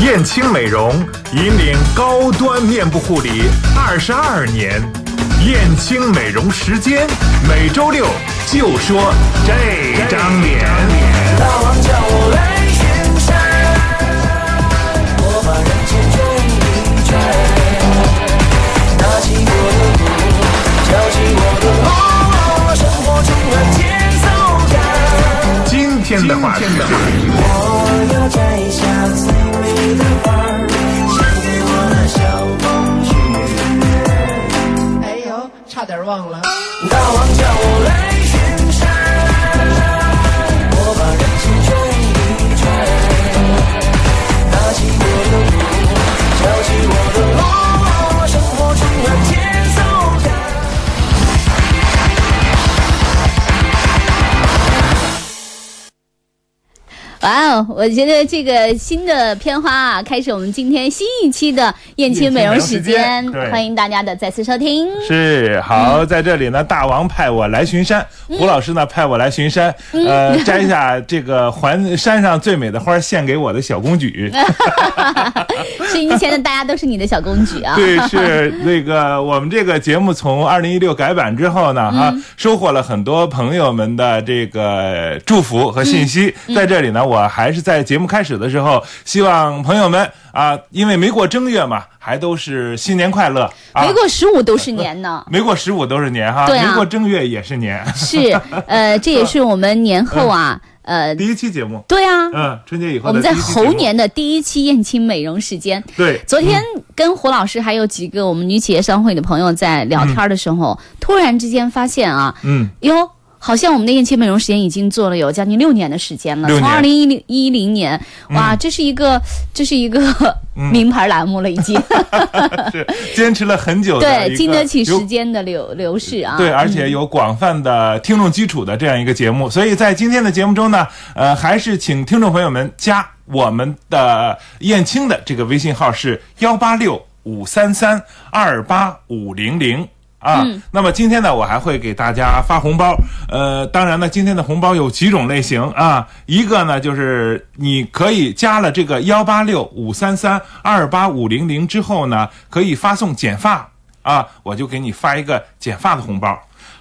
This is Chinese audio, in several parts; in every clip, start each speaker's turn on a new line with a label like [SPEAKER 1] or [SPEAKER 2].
[SPEAKER 1] 燕青美容引领高端面部护理二十二年，燕青美容时间每周六就说这张脸。
[SPEAKER 2] 大王叫我来巡山，我把人间转一转，拿起我的鼓，敲起我的锣，生活充满节奏感。
[SPEAKER 1] 今天的话题，
[SPEAKER 2] 我要摘下最美的花儿，献给我的小公举。
[SPEAKER 3] 哎呦，差点忘了。
[SPEAKER 2] 大王叫我来巡山，我把人间转一转，拿起我的鼓，敲起我的锣，生活充满节奏感。
[SPEAKER 4] 哇哦，我觉得这个新的片花啊，开始我们今天新一期的燕青美容时
[SPEAKER 1] 燕
[SPEAKER 4] 间
[SPEAKER 1] 青美容时间，对
[SPEAKER 4] 欢迎大家的再次收听。
[SPEAKER 1] 是好，在这里呢，大王派我来巡山，胡老师呢派我来巡山，呃，摘下这个环山上最美的花，献给我的小公举。
[SPEAKER 4] 是以前的大家都是你的小公举啊，
[SPEAKER 1] 对，是那个我们这个节目从二零一六改版之后
[SPEAKER 4] 嗯
[SPEAKER 1] 呢，哈、收获了很多朋友们的这个祝福和信息。
[SPEAKER 4] 嗯
[SPEAKER 1] 在这里呢，我还是在节目开始的时候，希望朋友们啊，因为没过正月嘛，还都是新年快乐啊
[SPEAKER 4] 没。过十五都是 年呢。
[SPEAKER 1] 没过十五都是年哈，
[SPEAKER 4] 对啊
[SPEAKER 1] 没过正月也是年。
[SPEAKER 4] 是，呃，这也是我们年后啊，呃，
[SPEAKER 1] 第一期节目，
[SPEAKER 4] 对啊，
[SPEAKER 1] 嗯，春节以后
[SPEAKER 4] 我们
[SPEAKER 1] 的
[SPEAKER 4] 在
[SPEAKER 1] 第一期节目
[SPEAKER 4] 猴年的第一期燕青美容时间。
[SPEAKER 1] 对
[SPEAKER 4] 昨天跟胡老师还有几个我们女企业商会的朋友在聊天的时候，突然之间发现啊，
[SPEAKER 1] 嗯，
[SPEAKER 4] 哟，好像我们的燕青美容时间已经做了有将近六年的时间了，
[SPEAKER 1] 六
[SPEAKER 4] 从
[SPEAKER 1] 年嗯
[SPEAKER 4] 二零一零一零年，哇，这是一个这是一个名牌栏目了，已 经、
[SPEAKER 1] 是坚持了很久的一
[SPEAKER 4] 对，
[SPEAKER 1] 个
[SPEAKER 4] 经得起
[SPEAKER 1] 有
[SPEAKER 4] 时间的流流逝啊。
[SPEAKER 1] 对，而且有广泛的听众基础的这样一个节目，所以在今天的节目中呢，呃，还是请听众朋友们加我们的燕青的这个微信号是幺八六五三三二八五零零。啊，那么今天呢，我还会给大家发红包。呃，当然呢，今天的红包有几种类型啊，一个呢就是你可以加了这个幺八六五三三二八五零零之后呢，可以发送剪发啊，我就给你发一个剪发的红包；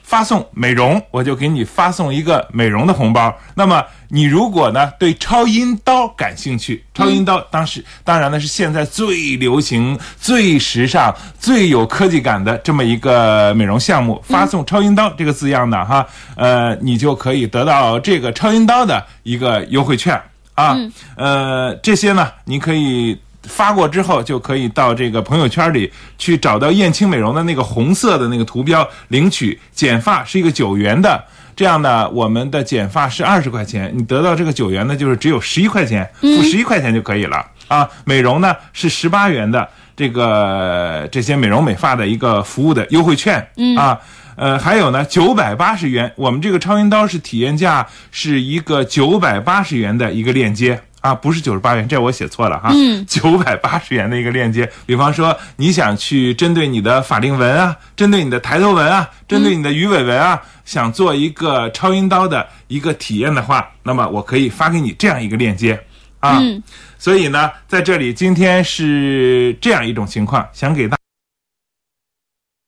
[SPEAKER 1] 发送美容，我就给你发送一个美容的红包。那么你如果呢对超音刀感兴趣，超音刀当时当然呢是现在最流行、最时尚、最有科技感的这么一个美容项目。发送“超音刀”这个字样呢，哈，呃，你就可以得到这个超音刀的一个优惠券啊。呃，这些呢，你可以发过之后，就可以到这个朋友圈里去找到燕青美容的那个红色的那个图标领取剪发，是一个九元的。这样呢，我们的剪发是二十块钱，你得到这个九元呢，就是只有十一块钱，付十一块钱就可以了、啊。美容呢是十八元的这个这些美容美发的一个服务的优惠券、啊。呃，还有呢，九百八十元，我们这个超音刀是体验价是一个九百八十元的一个链接啊，不是九十八元，这我写错了哈，嗯，九百八十元的一个链接。比方说，你想去针对你的法令纹啊，针对你的抬头纹啊，针对你的鱼尾纹啊，想做一个超音刀的一个体验的话，那么我可以发给你这样一个链接啊。
[SPEAKER 4] 嗯
[SPEAKER 1] 所以呢，在这里今天是这样一种情况，想给大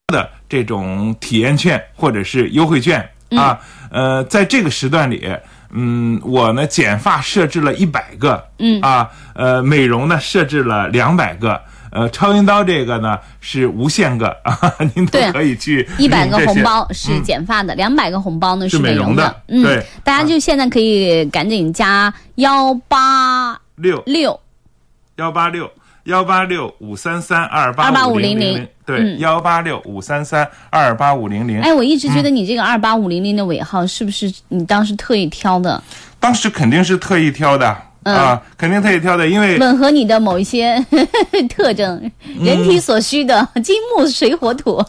[SPEAKER 1] 的这种体验券或者是优惠券
[SPEAKER 4] 嗯
[SPEAKER 1] 啊，呃，在这个时段里，嗯，我呢剪发设置了一百个，嗯啊，呃，美容呢设置了两百个。呃，超音刀这个呢是无限个 啊，您都
[SPEAKER 4] 对
[SPEAKER 1] 可以去
[SPEAKER 4] 一百个
[SPEAKER 1] 领这些嗯
[SPEAKER 4] 红包是剪发的，两百、个红包呢
[SPEAKER 1] 是
[SPEAKER 4] 是
[SPEAKER 1] 美容
[SPEAKER 4] 容
[SPEAKER 1] 的
[SPEAKER 4] 嗯，
[SPEAKER 1] 对
[SPEAKER 4] 大家就现在可以赶紧加幺八
[SPEAKER 1] 六
[SPEAKER 4] 六，
[SPEAKER 1] 幺八六幺八六五三三二八
[SPEAKER 4] 28500
[SPEAKER 1] 对，
[SPEAKER 4] 嗯
[SPEAKER 1] 幺八六五三三二八五零零。
[SPEAKER 4] 哎，我一直觉得你这个二八五零零的尾号是不是你当时特意挑的，
[SPEAKER 1] 当时肯定是特意挑的、
[SPEAKER 4] 嗯
[SPEAKER 1] 啊，肯定特意挑的，因 为
[SPEAKER 4] 吻合你的某一些 特征，
[SPEAKER 1] 嗯
[SPEAKER 4] 人体所需的金木水 火土。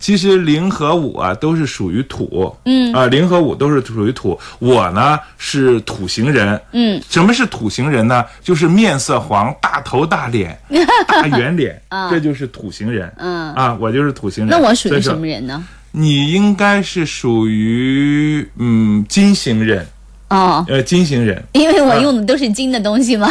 [SPEAKER 1] 其实零和五啊都是属于土，嗯啊，零和五都是属于土。我呢是土型人，
[SPEAKER 4] 嗯，
[SPEAKER 1] 什么是土型人呢？就是面色黄、大头大 脸、大圆脸，这就是土型人。
[SPEAKER 4] 嗯
[SPEAKER 1] 啊，我就是土型人。
[SPEAKER 4] 那我属
[SPEAKER 1] 所
[SPEAKER 4] 于
[SPEAKER 1] 以说
[SPEAKER 4] 什么人呢？
[SPEAKER 1] 你应该是属于嗯金型人。
[SPEAKER 4] 哦，
[SPEAKER 1] 呃，金型人。
[SPEAKER 4] 因为我用的都是金的东 西嘛。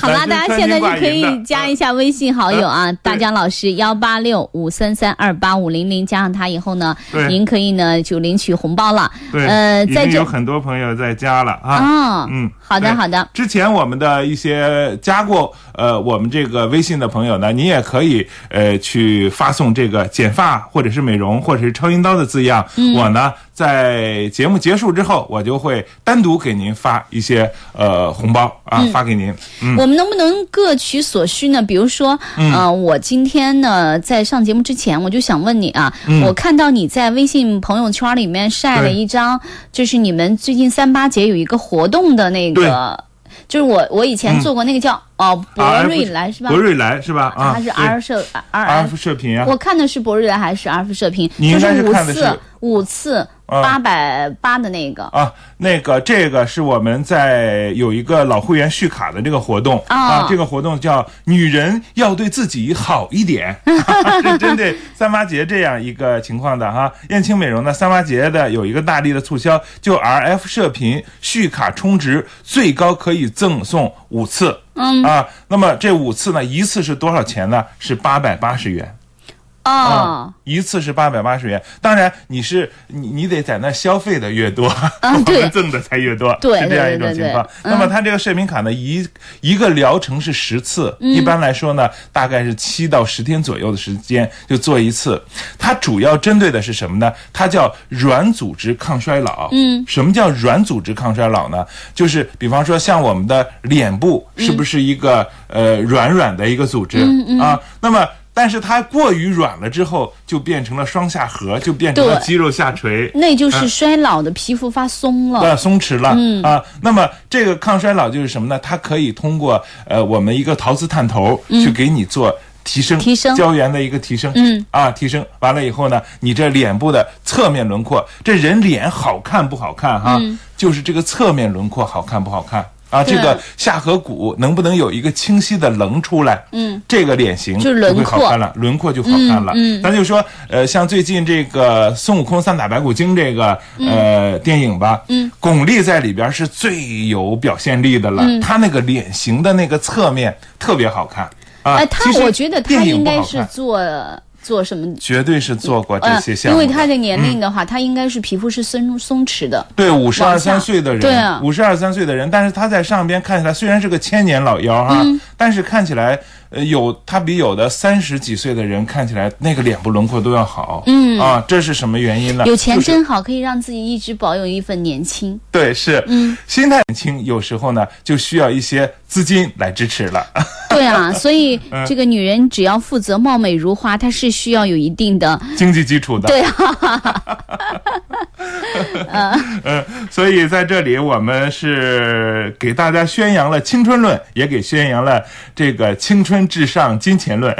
[SPEAKER 4] 好啦，
[SPEAKER 1] 咱
[SPEAKER 4] 大家
[SPEAKER 1] 穿
[SPEAKER 4] 现在
[SPEAKER 1] 金
[SPEAKER 4] 就
[SPEAKER 1] 挂
[SPEAKER 4] 可
[SPEAKER 1] 银
[SPEAKER 4] 以
[SPEAKER 1] 的嗯
[SPEAKER 4] 加一下微信好友啊，大
[SPEAKER 1] 对
[SPEAKER 4] 江老师幺八六五三三二八五零零，加上他以后呢，
[SPEAKER 1] 对
[SPEAKER 4] 您可以呢就领取红包了。
[SPEAKER 1] 对，
[SPEAKER 4] 呃，
[SPEAKER 1] 已
[SPEAKER 4] 在
[SPEAKER 1] 经
[SPEAKER 4] 这
[SPEAKER 1] 有很多朋友在加了啊。
[SPEAKER 4] 啊，
[SPEAKER 1] 嗯，
[SPEAKER 4] 好的
[SPEAKER 1] 对
[SPEAKER 4] 好的，
[SPEAKER 1] 之前我们的一些加过呃我们这个微信的朋友呢，你也可以呃去发送这个剪发或者是美容或者是超音刀的字样。
[SPEAKER 4] 嗯
[SPEAKER 1] 我呢在节目结束之后，我就会单独给您发一些呃红包啊、发给您。嗯，
[SPEAKER 4] 我们能不能各取所需呢？比如说，嗯、呃，我今天呢在上节目之前，我就想问你啊，我看到你在微信朋友圈里面晒了
[SPEAKER 1] 嗯对
[SPEAKER 4] 一张，就是你们最近三八节有一个活动的那个，就是我我以前做过那个叫、
[SPEAKER 1] 嗯
[SPEAKER 4] 哦博瑞来是吧
[SPEAKER 1] 博？瑞啊来是吧？啊，
[SPEAKER 4] 还是
[SPEAKER 1] 对
[SPEAKER 4] R 社 R
[SPEAKER 1] RF 射频啊
[SPEAKER 4] 我，看的是博瑞来还是 R 射频？
[SPEAKER 1] 你
[SPEAKER 4] 就
[SPEAKER 1] 应该
[SPEAKER 4] 是
[SPEAKER 1] 是
[SPEAKER 4] 五
[SPEAKER 1] 看的
[SPEAKER 4] 次
[SPEAKER 1] 是
[SPEAKER 4] 五次八百八的那个。
[SPEAKER 1] 啊，那个这个是我们在有一个老会员续卡的这个活动、
[SPEAKER 4] 哦
[SPEAKER 1] 啊，这个活动叫“女人要对自己好一 点”， 是针对三八节这样一个情况的哈。燕青美容呢，三八节的有一个大力的促销，就 RF 射频续卡充值，最高可以赠送五次。嗯啊，那么这五次呢，一次是多少钱呢？是八百八十元。
[SPEAKER 4] 哦
[SPEAKER 1] 啊，，一次是八百八十元。当然，你是你你得在那消费的越多，
[SPEAKER 4] 啊
[SPEAKER 1] 我
[SPEAKER 4] 对
[SPEAKER 1] 们挣的才越多，
[SPEAKER 4] 对
[SPEAKER 1] 是这样一
[SPEAKER 4] 对对
[SPEAKER 1] 种
[SPEAKER 4] 对
[SPEAKER 1] 情况
[SPEAKER 4] 对。
[SPEAKER 1] 那么它这个射频卡呢，一一个疗程是十次，一般来说呢，大概是七到十天左右的时间就做一次。它主要针对的是什么呢？它叫软组织抗衰老。嗯，什么叫软组织抗衰老呢？就是比方说像我们的脸部是不是一个呃软软的一个组织啊？那么。但是它过于软了之后，就变成了双下颌，就变成了
[SPEAKER 4] 对
[SPEAKER 1] 肌肉下垂，
[SPEAKER 4] 那就是衰老的皮肤发松了。嗯
[SPEAKER 1] 呃，松弛了，啊，那么这个抗衰老就是什么呢？它可以通过呃我们一个陶瓷探头去给你做。提升
[SPEAKER 4] 嗯提升
[SPEAKER 1] 胶原的一个提升，
[SPEAKER 4] 嗯
[SPEAKER 1] 啊，提升完了以后呢，你这脸部的侧面轮廓，这人脸好看不好看哈、
[SPEAKER 4] 嗯
[SPEAKER 1] 就是这个侧面轮廓好看不好看啊？
[SPEAKER 4] 对
[SPEAKER 1] 这个下颌骨能不能有一个清晰的棱出来？嗯，这个脸型
[SPEAKER 4] 就是轮
[SPEAKER 1] 会好
[SPEAKER 4] 廓
[SPEAKER 1] 看了，轮廓就好看了。
[SPEAKER 4] 嗯嗯
[SPEAKER 1] 咱就说，呃，像最近这个《孙悟空三打白骨精》这个
[SPEAKER 4] 嗯
[SPEAKER 1] 呃、电影吧，嗯，巩俐在里边是最有表现力的了，
[SPEAKER 4] 嗯
[SPEAKER 1] 她那个脸型的那个侧面特别好看啊。
[SPEAKER 4] 哎，他
[SPEAKER 1] 其实
[SPEAKER 4] 我觉得他
[SPEAKER 1] 电影
[SPEAKER 4] 应
[SPEAKER 1] 不
[SPEAKER 4] 该
[SPEAKER 1] 好
[SPEAKER 4] 是
[SPEAKER 1] 看，
[SPEAKER 4] 做做什么？
[SPEAKER 1] 绝对是做过这
[SPEAKER 4] 呃
[SPEAKER 1] 些，项
[SPEAKER 4] 因
[SPEAKER 1] 目的。嗯
[SPEAKER 4] 为他的年龄的话，他应该是皮肤是松松弛的。
[SPEAKER 1] 对五十
[SPEAKER 4] 往
[SPEAKER 1] 二
[SPEAKER 4] 下
[SPEAKER 1] 三岁的
[SPEAKER 4] 对啊
[SPEAKER 1] 人，五十二三岁的人，但是他在上边看起来虽然是个千年老妖哈，
[SPEAKER 4] 嗯
[SPEAKER 1] 但是看起来呃有他比有的三十几岁的人看起来那个脸部轮廓都要好，嗯啊，这是什么原因呢？
[SPEAKER 4] 有钱
[SPEAKER 1] 啊就是
[SPEAKER 4] 真好，可以让自己一直保有一份年轻。
[SPEAKER 1] 对，是，嗯，心态年轻，有时候呢就需要一些资金来支持了。
[SPEAKER 4] 对啊，所以
[SPEAKER 1] 嗯
[SPEAKER 4] 这个女人只要负责貌美如花，她是需要有一定的
[SPEAKER 1] 经济基础的。
[SPEAKER 4] 对
[SPEAKER 1] 啊。呃，所以在这里我们是给大家宣扬了青春论，也给宣扬了这个青春至上金钱论。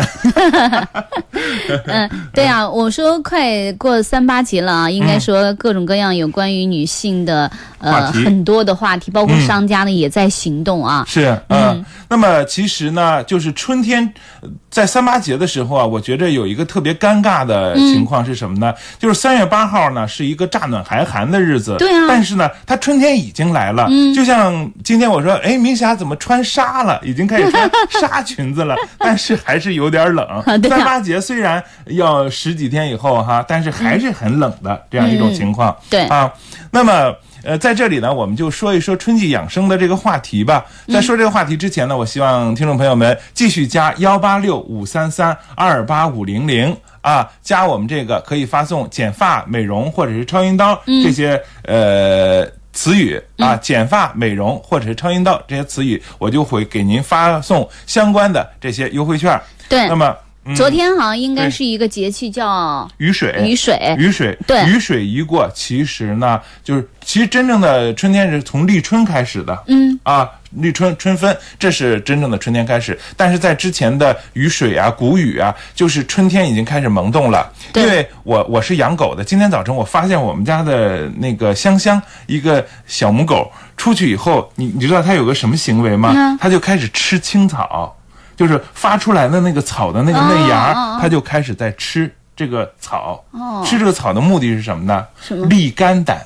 [SPEAKER 4] 对啊，我说快过三八节了啊，应该说各种各样有关于女性的、呃
[SPEAKER 1] 嗯话题嗯
[SPEAKER 4] 很多的话题，包括商家呢、也在行动啊。
[SPEAKER 1] 是，嗯，那么其实呢，就是春天呃在三八节的时候啊，我觉着有一个特别尴尬的情况是什么呢？就是三月八号呢是一个乍暖还寒的日子，
[SPEAKER 4] 嗯对啊嗯
[SPEAKER 1] 但是呢，它春天已经来了，就像今天我说，哎，明霞怎么穿纱了？已经开始穿纱裙 子了，但是还是有点冷。
[SPEAKER 4] 对啊
[SPEAKER 1] 三八节虽然要十几天以后哈，但是还是很冷的这样一种
[SPEAKER 4] 嗯
[SPEAKER 1] 情况，
[SPEAKER 4] 对
[SPEAKER 1] 啊，那么。呃，在这里呢，我们就说一说春季养生的这个话题吧。
[SPEAKER 4] 嗯
[SPEAKER 1] 在说这个话题之前呢，我希望听众朋友们继续加幺八六五三三二八五零零啊，加我们这个可以发送剪发、美容或者是超音刀、
[SPEAKER 4] 嗯
[SPEAKER 1] 这些呃。词语啊，剪发、美容或者是超音刀这些词语，我就会给您发送相关的这些优惠券。
[SPEAKER 4] 对
[SPEAKER 1] 那么，嗯，
[SPEAKER 4] 昨天好像应该
[SPEAKER 1] 对
[SPEAKER 4] 是一个节气叫
[SPEAKER 1] 雨水，
[SPEAKER 4] 雨水，
[SPEAKER 1] 雨水，
[SPEAKER 4] 对
[SPEAKER 1] 雨水一过，其实呢，就是其实真正的春天是从立春开始的，嗯啊，立春春分，这是真正的春天开始。但是在之前的雨水啊、谷雨啊，就是春天已经开始萌动了。
[SPEAKER 4] 对
[SPEAKER 1] 因为我我是养狗的，今天早晨我发现我们家的那个香香一个小母狗出去以后，你你知道它有个什么行为吗？
[SPEAKER 4] 嗯
[SPEAKER 1] 它就开始吃青草。就是发出来的那个草的那个嫩芽
[SPEAKER 4] 哦
[SPEAKER 1] 儿，它就开始在哦吃这个草。吃这个草的目的是什么呢？
[SPEAKER 4] 什么
[SPEAKER 1] 沥肝胆。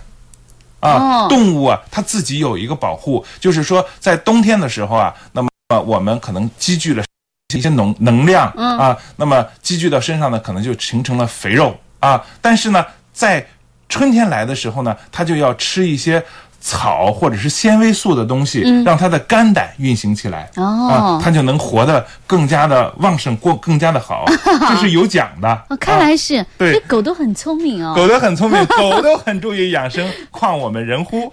[SPEAKER 1] 啊
[SPEAKER 4] 哦，
[SPEAKER 1] 动物啊，它自己有一个保护，就是说在冬天的时候啊，那么我们可能积聚了一些能能量、啊，那么积聚到身上呢，可能就形成了肥肉啊。但是呢，在春天来的时候呢，它就要吃一些草或者是纤维素的东西，让它的肝胆运行起来。
[SPEAKER 4] 哦
[SPEAKER 1] 啊，它就能活得更加的旺盛，过更加的 好，这是有奖的。
[SPEAKER 4] 哦，看
[SPEAKER 1] 啊
[SPEAKER 4] 来是、
[SPEAKER 1] 对
[SPEAKER 4] 这狗都很聪明哦。
[SPEAKER 1] 狗都很聪明，狗都很注意养生，况我们人 乎？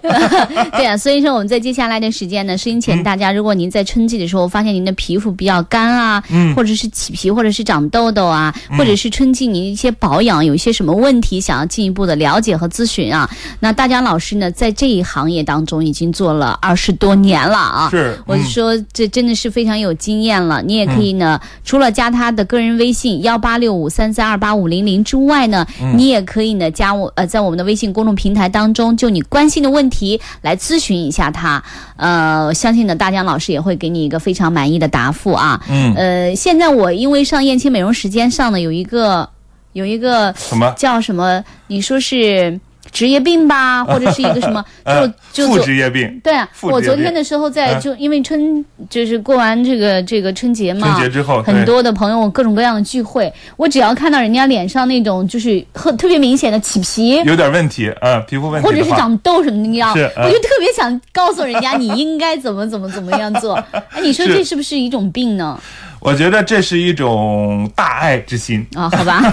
[SPEAKER 4] 对啊，所以说我们在接下来的时间呢，收音
[SPEAKER 1] 嗯
[SPEAKER 4] 前大家，如果您在春季的时候发现您的皮肤比较干啊，嗯，或者是起皮，或者是长痘痘啊，
[SPEAKER 1] 嗯
[SPEAKER 4] 或者是春季您一些保养有一些什么问题，想要进一步的了解和咨询啊，那大江老师呢，在这一行业当中已经做了二十多年了啊，
[SPEAKER 1] 是
[SPEAKER 4] 我
[SPEAKER 1] 嗯
[SPEAKER 4] 说这真的是非常有经验了。你也可以呢，除了加他的个人微信幺八六五三三二八五零零之外呢，你也可以呢加我呃，在我们的微信公众平台当中，就你关心的问题来咨询一下他。呃，相信呢，大江老师也会给你一个非常满意的答复啊。
[SPEAKER 1] 嗯
[SPEAKER 4] 呃，现在我因为上燕青美容时间上呢有一个有一个
[SPEAKER 1] 什么？
[SPEAKER 4] 叫什么？你说是职业病吧，或者是一个什么？
[SPEAKER 1] 呃，
[SPEAKER 4] 就就
[SPEAKER 1] 副
[SPEAKER 4] 做
[SPEAKER 1] 职业病，
[SPEAKER 4] 对啊，
[SPEAKER 1] 复制
[SPEAKER 4] 我昨
[SPEAKER 1] 节
[SPEAKER 4] 天的时候在
[SPEAKER 1] 嗯
[SPEAKER 4] 就因为春就是过完这个这个春节嘛，
[SPEAKER 1] 春节之后
[SPEAKER 4] 嗯很
[SPEAKER 1] 对
[SPEAKER 4] 多的朋友各种各样的聚会，我只要看到人家脸上那种就是很特别明显的起皮。
[SPEAKER 1] 有点问题，呃，皮肤问
[SPEAKER 4] 或
[SPEAKER 1] 题
[SPEAKER 4] 者
[SPEAKER 1] 的
[SPEAKER 4] 是
[SPEAKER 1] 话，
[SPEAKER 4] 长痘什么的样，
[SPEAKER 1] 是嗯
[SPEAKER 4] 我就特别想告诉人家你应该怎么怎么怎么样 做。哎，你说
[SPEAKER 1] 是
[SPEAKER 4] 这是不是一种病呢？
[SPEAKER 1] 我觉得这是一种大爱之 心。
[SPEAKER 4] 啊，好吧，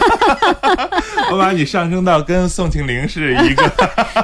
[SPEAKER 1] 我把你上升到跟宋庆龄是一个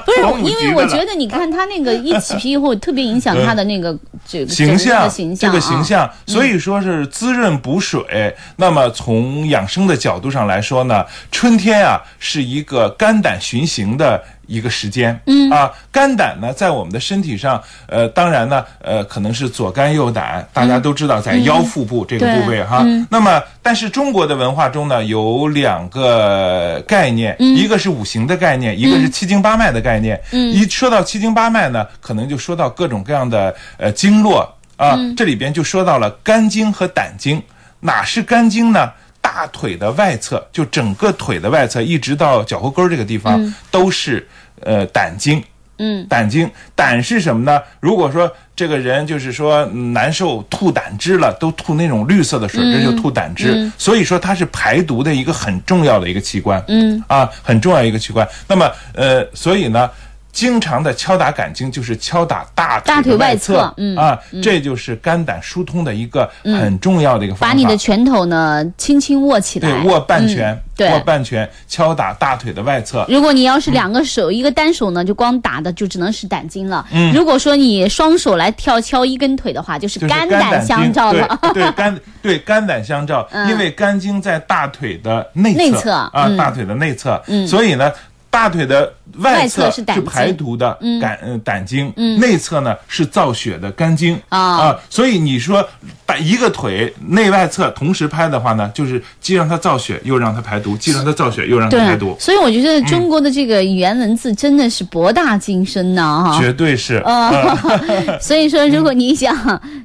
[SPEAKER 4] 不是
[SPEAKER 1] 同母，
[SPEAKER 4] 因
[SPEAKER 1] 级
[SPEAKER 4] 为
[SPEAKER 1] 的
[SPEAKER 4] 我
[SPEAKER 1] 了
[SPEAKER 4] 觉得你看他那个一起皮以后，特别影响他的那个这个
[SPEAKER 1] 形
[SPEAKER 4] 整个
[SPEAKER 1] 象，
[SPEAKER 4] 的形象
[SPEAKER 1] 这个
[SPEAKER 4] 啊，
[SPEAKER 1] 形象，所以说是滋润补水。那么从养生的角度上来说呢，春天啊是一个肝胆循行的一个时间。嗯啊，肝胆呢在我们的身体上，呃，当然呢，呃，可能是左肝右胆，大
[SPEAKER 4] 嗯
[SPEAKER 1] 家都知道在腰腹部这个
[SPEAKER 4] 对
[SPEAKER 1] 部位哈。那么，但是中国的文化中呢，有两个概念，一个是五行的概念，一个是七经八脉的概念。一说到七经八脉呢，可能就说到各种各样的呃经络。啊，这里边就说到了肝经和胆经，哪是肝经呢？大腿的外侧，就整个腿的外侧，一直到脚后跟儿这个地方，都是呃胆经。
[SPEAKER 4] 嗯，
[SPEAKER 1] 胆经，胆是什么呢？如果说这个人就是说嗯难受吐胆汁了，都吐那种绿色的
[SPEAKER 4] 嗯
[SPEAKER 1] 水，这就吐胆汁。所以说它是排毒的一个很重要的一个器官。嗯，啊，很重要一个器官。那么呃，所以呢。经常的敲打杆经，就是敲打大腿
[SPEAKER 4] 大腿
[SPEAKER 1] 的
[SPEAKER 4] 外
[SPEAKER 1] 侧，
[SPEAKER 4] 侧嗯
[SPEAKER 1] 啊，这就是肝胆疏通的一个很重要的一个方法。
[SPEAKER 4] 把你的拳头呢轻轻握起来，
[SPEAKER 1] 对握半拳，
[SPEAKER 4] 嗯对
[SPEAKER 1] 握半拳，敲打大腿的外侧，
[SPEAKER 4] 如果你要是两个手，一个单手呢，就光打的就只能是胆经了。如果说你双手来跳敲一根腿的话，就是
[SPEAKER 1] 嗯就是
[SPEAKER 4] 肝
[SPEAKER 1] 胆
[SPEAKER 4] 胆相
[SPEAKER 1] 经
[SPEAKER 4] 照了。嗯
[SPEAKER 1] 对对肝对肝胆相照，因为肝经在大腿的内侧
[SPEAKER 4] 内侧
[SPEAKER 1] 啊，
[SPEAKER 4] 嗯
[SPEAKER 1] 大腿的内侧，所以呢。大腿的外
[SPEAKER 4] 外侧
[SPEAKER 1] 侧
[SPEAKER 4] 是胆经嗯
[SPEAKER 1] 排毒的胆呃胆经，内侧呢是造血的肝经
[SPEAKER 4] 啊
[SPEAKER 1] 所以你说把一个腿内外侧同时拍的话呢，就是既让它造血，又让它排毒，既让它造血，又让 它排毒，
[SPEAKER 4] 啊所以我觉得中国的这个语言文字真的是博大精深呐、哈。
[SPEAKER 1] 绝对是。
[SPEAKER 4] 哦
[SPEAKER 1] 啊
[SPEAKER 4] 呃，所以说，如果你想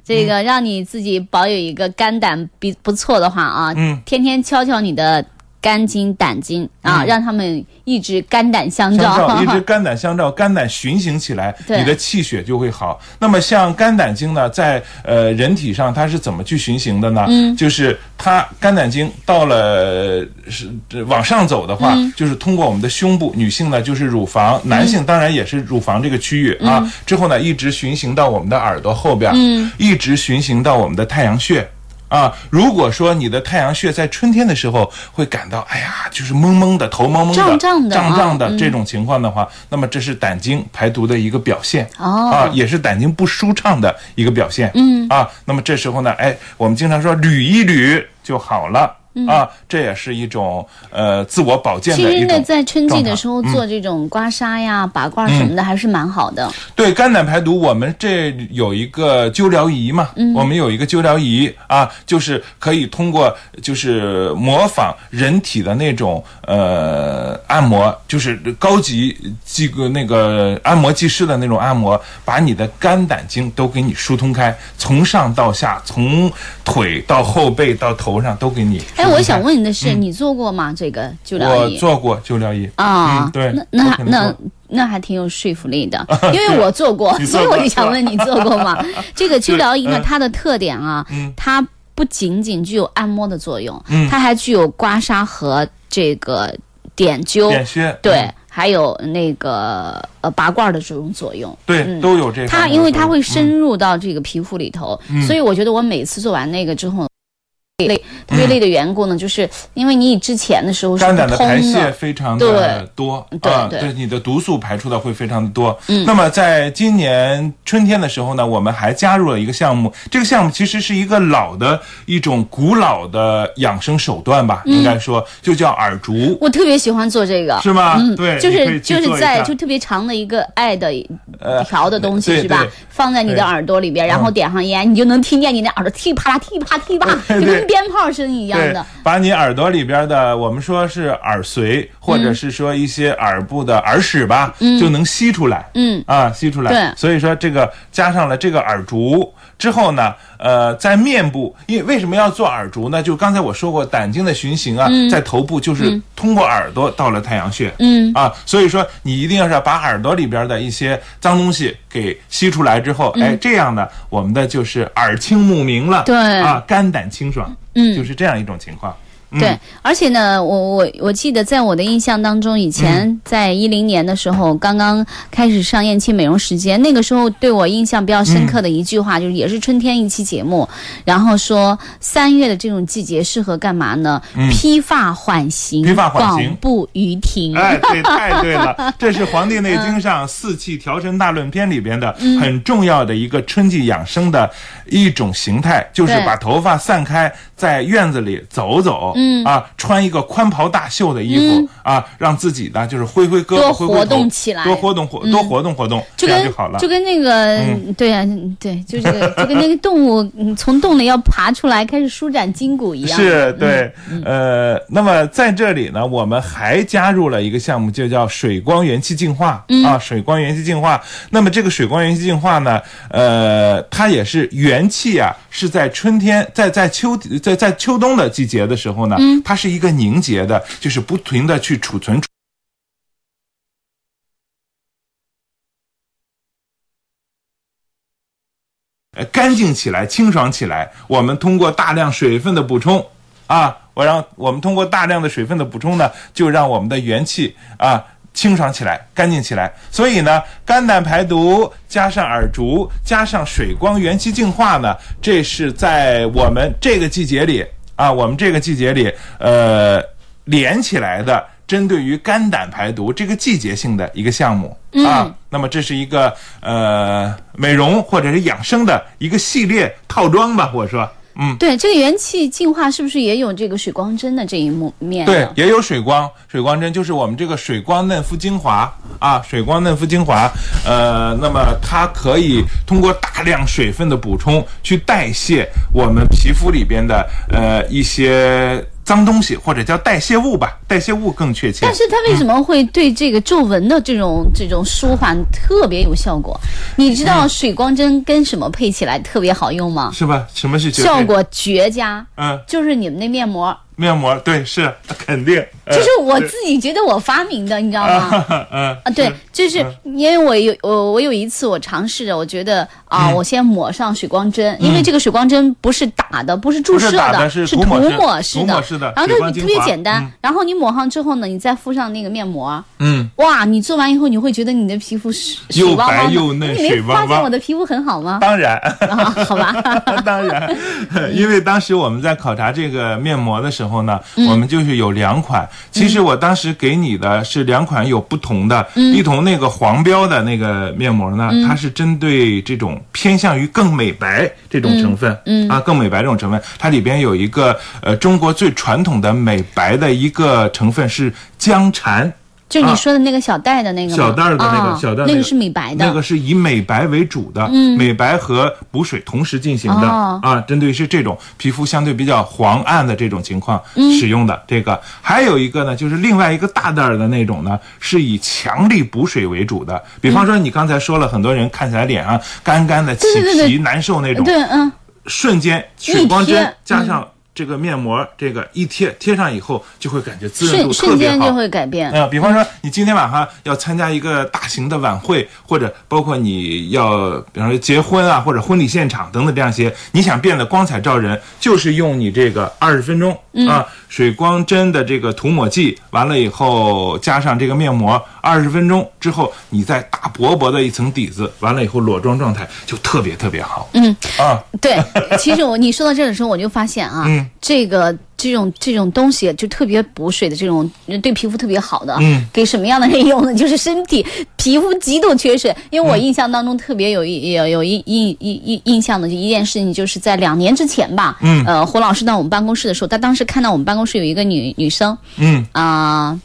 [SPEAKER 4] 这个让你自己保有一个肝胆比不错的话啊，
[SPEAKER 1] 嗯
[SPEAKER 4] 天天敲敲你的肝经、胆经啊，让他们一直肝胆相
[SPEAKER 1] 嗯相
[SPEAKER 4] 照。
[SPEAKER 1] 照， 一直肝胆相照，肝胆循行起来，
[SPEAKER 4] 对
[SPEAKER 1] 你的气血就会好。那么像肝胆经呢，在呃人体上它是怎么去循行的呢？嗯，就是它肝胆经到了是这往上走的话，
[SPEAKER 4] 嗯
[SPEAKER 1] 就是通过我们的胸部，女性呢就是乳房，男性当然也是乳房这个区域、
[SPEAKER 4] 嗯
[SPEAKER 1] 啊。之后呢，一直循行到我们的耳朵后边，嗯，一直循行到我们的太阳穴。啊，如果说你的太阳穴在春天的时候会感到，哎呀，就是蒙蒙的，头蒙蒙的，
[SPEAKER 4] 胀胀的啊
[SPEAKER 1] 胀胀的这种情况的话，那么这是胆经排毒的一个表现、
[SPEAKER 4] 哦
[SPEAKER 1] 啊，也是胆经不舒畅的一个表现。嗯啊，那么这时候呢，哎，我们经常说捋一捋就好了。
[SPEAKER 4] 嗯
[SPEAKER 1] 啊，这也是一种呃自我保健的
[SPEAKER 4] 其
[SPEAKER 1] 一
[SPEAKER 4] 实
[SPEAKER 1] 种
[SPEAKER 4] 呢，在春季
[SPEAKER 1] 状
[SPEAKER 4] 的
[SPEAKER 1] 态嗯
[SPEAKER 4] 时候做这种刮痧呀、拔罐什么的，还是蛮好的。
[SPEAKER 1] 对肝胆排毒，我们这有一个灸疗仪嘛，
[SPEAKER 4] 嗯
[SPEAKER 1] 我们有一个灸疗仪啊，就是可以通过就是模仿人体的那种呃按摩，就是高级这个那个按摩技师的那种按摩，把你的肝胆经都给你疏通开，从上到下，从腿到后背到头上都给你疏通开。
[SPEAKER 4] 哎，哎，
[SPEAKER 1] 很厉
[SPEAKER 4] 我
[SPEAKER 1] 害
[SPEAKER 4] 想问你的是，你做过吗？这个灸疗
[SPEAKER 1] 嗯我
[SPEAKER 4] 仪
[SPEAKER 1] 做过灸疗仪，
[SPEAKER 4] 啊
[SPEAKER 1] 嗯，对
[SPEAKER 4] 那那
[SPEAKER 1] 我
[SPEAKER 4] 还
[SPEAKER 1] 可能
[SPEAKER 4] 那
[SPEAKER 1] 做啊
[SPEAKER 4] 那还挺有说服 力的，因为我做过，
[SPEAKER 1] 你做
[SPEAKER 4] 所以我
[SPEAKER 1] 过
[SPEAKER 4] 就想问你做过吗？ 这个
[SPEAKER 1] 就
[SPEAKER 4] 灸疗仪呢
[SPEAKER 1] 嗯，
[SPEAKER 4] 它的特点啊
[SPEAKER 1] 嗯，
[SPEAKER 4] 它不仅仅具有按摩的作用
[SPEAKER 1] 嗯，
[SPEAKER 4] 它还具有刮痧和这个点
[SPEAKER 1] 点
[SPEAKER 4] 灸，
[SPEAKER 1] 穴，
[SPEAKER 4] 对，还有那个呃拔罐的这种作用。
[SPEAKER 1] 对，
[SPEAKER 4] 嗯
[SPEAKER 1] 都有这方面的作用。
[SPEAKER 4] 它因为它会
[SPEAKER 1] 嗯
[SPEAKER 4] 深入到这个皮肤里头，
[SPEAKER 1] 嗯
[SPEAKER 4] 所以我觉得我每次做完那个之后。累，特别累的缘故呢，就是因为你之前的时候是
[SPEAKER 1] 肝
[SPEAKER 4] 不
[SPEAKER 1] 胆的
[SPEAKER 4] 通
[SPEAKER 1] 排泄非常的多，
[SPEAKER 4] 对
[SPEAKER 1] 啊，
[SPEAKER 4] 对嗯
[SPEAKER 1] 对你的毒素排出的会非常的多。那么在今年春天的时候呢，我们还加入了一个项目，这个项目其实是一个老的一种古老的养生手段吧，
[SPEAKER 4] 嗯
[SPEAKER 1] 应该说就叫耳烛，
[SPEAKER 4] 我特别喜欢做这个，
[SPEAKER 1] 是吗？
[SPEAKER 4] 嗯，
[SPEAKER 1] 对，
[SPEAKER 4] 就
[SPEAKER 1] 你可以
[SPEAKER 4] 是
[SPEAKER 1] 去
[SPEAKER 4] 就
[SPEAKER 1] 做
[SPEAKER 4] 是
[SPEAKER 1] 一
[SPEAKER 4] 在
[SPEAKER 1] 下
[SPEAKER 4] 就特别长的一个爱的
[SPEAKER 1] 呃
[SPEAKER 4] 条的东西
[SPEAKER 1] 对
[SPEAKER 4] 是吧
[SPEAKER 1] 对？嗯
[SPEAKER 4] 放在你
[SPEAKER 1] 对
[SPEAKER 4] 的耳朵里边，然后点上烟，你就能听见你的耳朵噼啪啦、噼啪噼啪，
[SPEAKER 1] 对
[SPEAKER 4] 就
[SPEAKER 1] 对
[SPEAKER 4] 跟鞭炮声一样
[SPEAKER 1] 对
[SPEAKER 4] 的。，
[SPEAKER 1] 把你耳朵里边的，我们说是耳髓，或
[SPEAKER 4] 嗯
[SPEAKER 1] 者是说一些耳部的耳屎吧，就能吸出来。
[SPEAKER 4] 嗯
[SPEAKER 1] 啊，吸出来。
[SPEAKER 4] 对
[SPEAKER 1] 所以说这个加上了这个耳烛之后呢，呃，在面部，因为为什么要做耳烛呢？就刚才我说过，胆经的循行啊，在头部就是通过耳朵到了太阳穴。
[SPEAKER 4] 嗯
[SPEAKER 1] 啊，所以说你一定要是把耳朵里边的一些脏东西给吸出来之后，
[SPEAKER 4] 嗯
[SPEAKER 1] 哎，这样呢，我们的就是耳清目明了。
[SPEAKER 4] 对
[SPEAKER 1] 啊，肝胆清爽。
[SPEAKER 4] 嗯
[SPEAKER 1] 就是这样一种情况。嗯
[SPEAKER 4] 对，而且呢，我我我记得在我的印象当中，以
[SPEAKER 1] 嗯
[SPEAKER 4] 前在一零年的时候，刚刚开始上燕青美容时间，那个时候对我印象比较
[SPEAKER 1] 嗯
[SPEAKER 4] 深刻的一句话，就是也是春天一期节目，然后说三月的这种季节适合干嘛呢？披发缓刑，
[SPEAKER 1] 嗯披发缓刑
[SPEAKER 4] 广步于庭。
[SPEAKER 1] 哎，对，太对了，这是《黄帝内
[SPEAKER 4] 嗯
[SPEAKER 1] 经》上《四气调神大论篇》里边的很重要的一个春季养生的一种形态，就是
[SPEAKER 4] 对
[SPEAKER 1] 把头发散开，在院子里走走，嗯啊，穿一个宽袍大袖的衣服啊，让自己呢就是挥挥胳
[SPEAKER 4] 嗯多
[SPEAKER 1] 膊，挥挥
[SPEAKER 4] 活
[SPEAKER 1] 头
[SPEAKER 4] 动起来嗯
[SPEAKER 1] 多活动活多活动活动，这
[SPEAKER 4] 就
[SPEAKER 1] 样
[SPEAKER 4] 跟
[SPEAKER 1] 就好了。嗯
[SPEAKER 4] 跟那个、对啊，对，就这个就跟那个动物嗯从洞里要爬出来，开始舒展筋骨一样。嗯
[SPEAKER 1] 是对，呃，那么在这里呢，我们还加入了一个项目，就叫水光元气净化、
[SPEAKER 4] 嗯
[SPEAKER 1] 啊，水光元气净化。那么这个水光元气净化呢，呃，它也是元气啊，是在春天，在在秋在在秋冬的季节的时候呢，它是一个凝结的，就是不停的去储存。呃，干净起来、清爽起来。我们通过大量水分的补充，啊，我让我们通过大量的水分的补充呢，就让我们的元气啊清爽起来、干净起来。所以呢，肝胆排毒加上耳烛加上水光元气净化呢，这是在我们这个季节里啊，我们这个季节里呃连起来的。针对于肝胆排毒这个季节性的一个项目、啊，那么这是一个呃美容或者是养生的一个系列套装吧，我说，嗯，
[SPEAKER 4] 对，这个元气净化是不是也有这个水光针的这一幕面呢？啊
[SPEAKER 1] 对，也有水光，水光针就是我们这个水光嫩肤精华啊，水光嫩肤精华，呃，那么它可以通过大量水分的补充，去代谢我们皮肤里边的呃一些脏东西，或者叫代谢物吧，代谢物更确切。
[SPEAKER 4] 但是它为什么会对这个皱纹的这种这种舒缓特别有效果？你知
[SPEAKER 1] 嗯
[SPEAKER 4] 道水光针跟什么配起来特别好用吗？
[SPEAKER 1] 是吧？什么是绝配
[SPEAKER 4] 效？果绝佳，
[SPEAKER 1] 嗯，
[SPEAKER 4] 就是你们那面膜，
[SPEAKER 1] 面膜对，是肯定。呃
[SPEAKER 4] 就是我自己觉得我发明的，你知道吗？
[SPEAKER 1] 嗯
[SPEAKER 4] 啊，对，就是因为我有我我有一次我尝试着，我觉得啊，
[SPEAKER 1] 嗯
[SPEAKER 4] 我先抹上水光针，因为这个水光针不是打的，不是注射
[SPEAKER 1] 不是打的是
[SPEAKER 4] 是
[SPEAKER 1] 涂抹式
[SPEAKER 4] 抹式
[SPEAKER 1] 涂抹式的
[SPEAKER 4] 然后
[SPEAKER 1] 水光
[SPEAKER 4] 它特别
[SPEAKER 1] 精华
[SPEAKER 4] 简单
[SPEAKER 1] 嗯。
[SPEAKER 4] 然后你抹上之后呢，你再敷上那个面膜，
[SPEAKER 1] 嗯，
[SPEAKER 4] 哇，你做完以后你会觉得你的皮肤水水
[SPEAKER 1] 又
[SPEAKER 4] 汪
[SPEAKER 1] 白
[SPEAKER 4] 汪的，
[SPEAKER 1] 又嫩
[SPEAKER 4] 你没
[SPEAKER 1] 水汪
[SPEAKER 4] 发现
[SPEAKER 1] 汪
[SPEAKER 4] 我的皮肤很好吗？
[SPEAKER 1] 当 然。
[SPEAKER 4] 啊，好吧，
[SPEAKER 1] 当然，因为当时我们在考察这个面膜的时候呢，我们就是有两款。其实我当时给你的是两款有不同的，一同那个黄标的那个面膜呢，它是针对这种偏向于更美白这种成分，啊，更美白这种成分，它里边有一个呃中国最传统的美白的一个成分是姜蝉。
[SPEAKER 4] 就你说的那个小袋的那个吗
[SPEAKER 1] 小袋儿的那个，
[SPEAKER 4] 啊
[SPEAKER 1] 小袋儿
[SPEAKER 4] 那个是美白的，嗯
[SPEAKER 1] 那个是以美白为主的，美白和补水同时进行的、
[SPEAKER 4] 哦
[SPEAKER 1] 啊，针对是这种皮肤相对比较黄暗的这种情况
[SPEAKER 4] 嗯
[SPEAKER 1] 使用的这个，还有一个呢，就是另外一个大袋儿的那种呢，是以强力补水为主的，比方说你刚才说了，很多人看起来脸啊上干干的、起
[SPEAKER 4] 对对对
[SPEAKER 1] 皮、难受那种，
[SPEAKER 4] 对，嗯，
[SPEAKER 1] 瞬间水光
[SPEAKER 4] 一
[SPEAKER 1] 针
[SPEAKER 4] 贴
[SPEAKER 1] 加上这个面膜这个一贴贴上以后，就会感觉滋润
[SPEAKER 4] 瞬
[SPEAKER 1] 度
[SPEAKER 4] 瞬
[SPEAKER 1] 特别
[SPEAKER 4] 间
[SPEAKER 1] 好
[SPEAKER 4] 就。会 改变。
[SPEAKER 1] 呃，比方说你今天晚上要参加一个大型的晚会，或者包括你要，呃比方说结婚啊，或者婚礼现场等等这样一些，你想变得光彩照人，就是用你这个二十分钟、啊水光针的这个涂抹剂，完了以后加上这个面膜，二十分钟之后，你再打薄薄的一层底子，完了以后裸妆状态就特别特别好。嗯啊，
[SPEAKER 4] 对， 其实我你说到这儿的时候，我就发现啊，
[SPEAKER 1] 嗯
[SPEAKER 4] 这个这种这种东西就特别补水的这种，对皮肤特别好的，
[SPEAKER 1] 嗯
[SPEAKER 4] 给什么样的人用呢？ 就是身体皮肤极度缺水。因
[SPEAKER 1] 嗯
[SPEAKER 4] 为我印象当中特别有一有有一印印印印象的就一件事情，就是在两年之前吧，
[SPEAKER 1] 嗯
[SPEAKER 4] 呃，胡老师到我们办公室的时候，他当时看到我们办公室有一个女女生，
[SPEAKER 1] 嗯
[SPEAKER 4] 啊、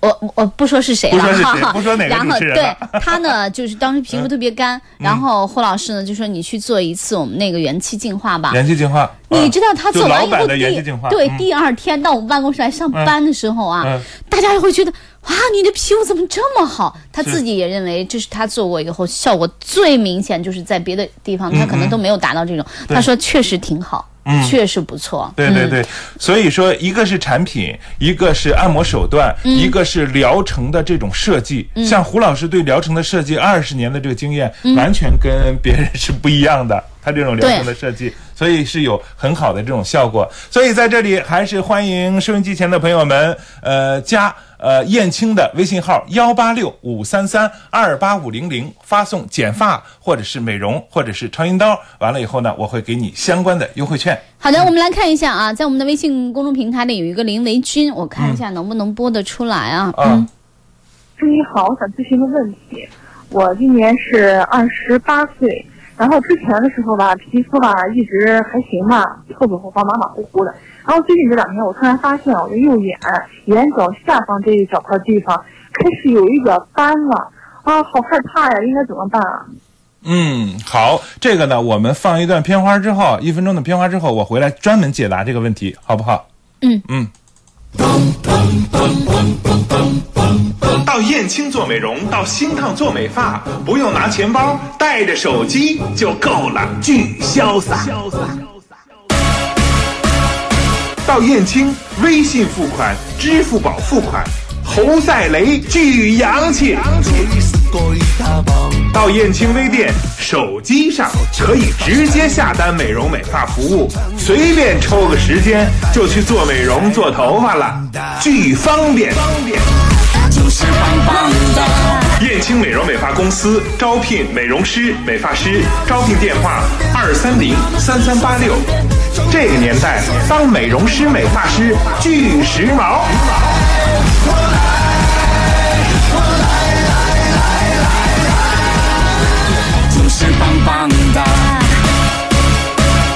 [SPEAKER 4] 我我不说是谁了，
[SPEAKER 1] 不说是谁
[SPEAKER 4] 哈哈
[SPEAKER 1] 不说哪个
[SPEAKER 4] 然后
[SPEAKER 1] 主持人了嗯
[SPEAKER 4] 对 他呢，就是当时皮肤特别干，然后霍老师呢就说你去做一次我们那个元气净化吧。
[SPEAKER 1] 元气净化，
[SPEAKER 4] 你知道他做完以
[SPEAKER 1] 就老版
[SPEAKER 4] 后
[SPEAKER 1] 的元
[SPEAKER 4] 第
[SPEAKER 1] 气净化
[SPEAKER 4] 对、
[SPEAKER 1] 嗯
[SPEAKER 4] 第二天到我们办公室来上班的时候啊，
[SPEAKER 1] 嗯嗯
[SPEAKER 4] 大家就会觉得哇，你的皮肤怎么这么好？他自己也认为这是他做过以后效果最明显，就是在别的地方
[SPEAKER 1] 嗯
[SPEAKER 4] 他可能都没有达到这种。他说确实挺好，确实不错。嗯
[SPEAKER 1] 对对对，所以说一个是产品，一个是按摩手段，一个是疗程的这种设计。像胡老师对疗程的设计二十年的这个经验，完全跟别人是不一样的。他这种疗程的设计，所以是有很好的这种效果。所以在这里还是欢迎收音机前的朋友们，呃，加呃燕青的微信号幺八六五三三二八五零零，发送剪发或者是美容或者是超音刀，完了以后呢，我会给你相关的优惠券。
[SPEAKER 4] 好的，我们来看一下啊，在我们的微信公众平台里有一个林维君，我看一下能不能播得出来啊？
[SPEAKER 1] 嗯啊
[SPEAKER 5] 师你好，我想咨询个问题。我今年是二十八岁，然后之前的时候吧，皮肤吧一直还行吧，透透红黄、马马虎虎的。然后最近这两天，我突然发现我的右眼眼角下方这一小块地方开始有一点斑了，啊，好害怕呀！应该怎么办啊？
[SPEAKER 1] 嗯，好，这个呢，我们放一段片花之后，一分钟的片花之后，我回来专门解答这个问题，好不好？
[SPEAKER 4] 嗯
[SPEAKER 1] 嗯。到燕青做美容，到新烫做美发，不用拿钱包，带着手机就够了，巨潇洒。到燕青，微信付款、支付宝付款，侯赛雷巨洋气。到燕青微店，手机上可以直接下单美容美发服务，随便抽个时间就去做美容、做头发了，巨方便。方便。燕青美容美发公司招聘美容师、美发师，招聘电话二三零三三八六。这个年代，当美容师、美发师巨时髦。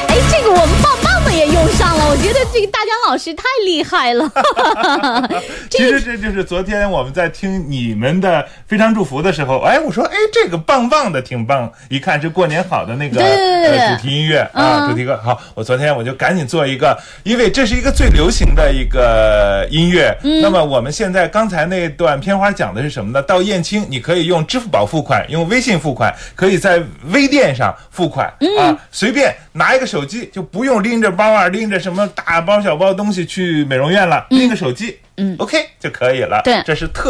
[SPEAKER 4] 哎，这个我们棒棒的也用上了，我觉得这个大江老师太厉害 了。
[SPEAKER 1] 其
[SPEAKER 4] 这
[SPEAKER 1] 实
[SPEAKER 4] 个
[SPEAKER 1] 这就是昨天我们在听你们的《非常祝福》的时候，哎，我说，哎，这个棒棒的，挺棒，一看是过年好的那个
[SPEAKER 4] 对对对
[SPEAKER 1] 呃主题音乐啊，
[SPEAKER 4] 嗯
[SPEAKER 1] 主题歌。好，我昨天我就赶紧做一个，因为这是一个最流行的一个音乐。
[SPEAKER 4] 嗯
[SPEAKER 1] 那么我们现在刚才那段片花讲的是什么呢？到燕青，你可以用支付宝付款，用微信付款，可以在微店上付款
[SPEAKER 4] 嗯
[SPEAKER 1] 啊，随便拿一个手机，就不用拎着包啊，拎着什么大包小包东西去美容院了，拎个手机，
[SPEAKER 4] 嗯
[SPEAKER 1] ，OK 就可以了。
[SPEAKER 4] 对
[SPEAKER 1] 这是特。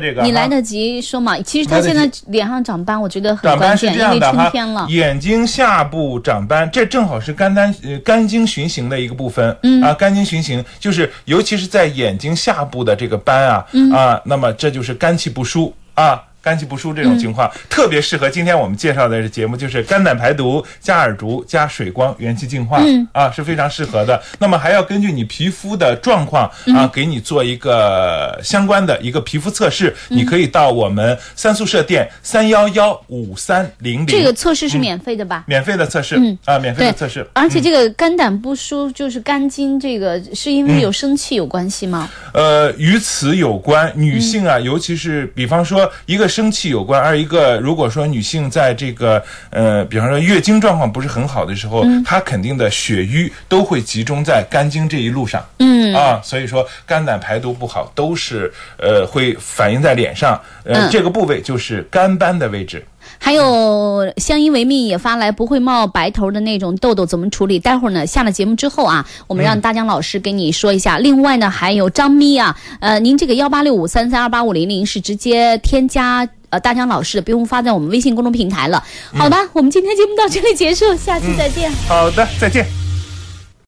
[SPEAKER 1] 这个
[SPEAKER 4] 你来
[SPEAKER 1] 啊
[SPEAKER 4] 得及说嘛？其实他现
[SPEAKER 1] 来
[SPEAKER 4] 在
[SPEAKER 1] 得
[SPEAKER 4] 脸上长斑，我觉得很
[SPEAKER 1] 长
[SPEAKER 4] 关
[SPEAKER 1] 斑是
[SPEAKER 4] 键，
[SPEAKER 1] 这
[SPEAKER 4] 因为
[SPEAKER 1] 样的
[SPEAKER 4] 春
[SPEAKER 1] 哈
[SPEAKER 4] 天了，。
[SPEAKER 1] 眼睛下部长斑，这正好是肝单呃肝经循行的一个部分。
[SPEAKER 4] 嗯
[SPEAKER 1] 啊，肝经循行就是尤其是在眼睛下部的这个斑啊、
[SPEAKER 4] 嗯
[SPEAKER 1] 啊，那么这就是肝气不舒啊。肝气不舒这种情况、
[SPEAKER 4] 嗯
[SPEAKER 1] 特别适合今天我们介绍的节目，就是肝胆排毒加耳烛加水光元气净化，
[SPEAKER 4] 嗯
[SPEAKER 1] 啊是非常适合的。那么还要根据你皮肤的状况啊，
[SPEAKER 4] 嗯
[SPEAKER 1] 给你做一个相关的一个皮肤测试，
[SPEAKER 4] 嗯
[SPEAKER 1] 你可以到我们三宿舍店三幺幺五三零零
[SPEAKER 4] 这个测试是免费的吧？
[SPEAKER 1] 免费的测试，
[SPEAKER 4] 嗯
[SPEAKER 1] 啊，免费
[SPEAKER 4] 对
[SPEAKER 1] 的测试，
[SPEAKER 4] 而且这个肝胆不舒，就是肝经，这个是因
[SPEAKER 1] 嗯
[SPEAKER 4] 为有生气有关系吗？嗯
[SPEAKER 1] 呃，与此有关，女性啊，尤其是比方说一个生气有关，而一个如果说女性在这个呃，比方说月经状况不是很好的时候，
[SPEAKER 4] 嗯
[SPEAKER 1] 她肯定的血瘀都会集中在肝经这一路上。
[SPEAKER 4] 嗯
[SPEAKER 1] 啊，所以说肝胆排毒不好都是呃会反映在脸上，呃、
[SPEAKER 4] 嗯
[SPEAKER 1] 这个部位就是肝斑的位置。
[SPEAKER 4] 还有相依为命也发来不会冒白头的那种痘痘怎么处理？待会儿呢，下了节目之后啊，我们让大江老师给你说一下。另外呢，还有张咪啊，呃，您这个幺八六五三三二八五零零是直接添加。呃，大江老师的，不用发在我们微信公众平台了。好吧，我们今天节目到这里结束，下期再见。
[SPEAKER 1] 好的，再见。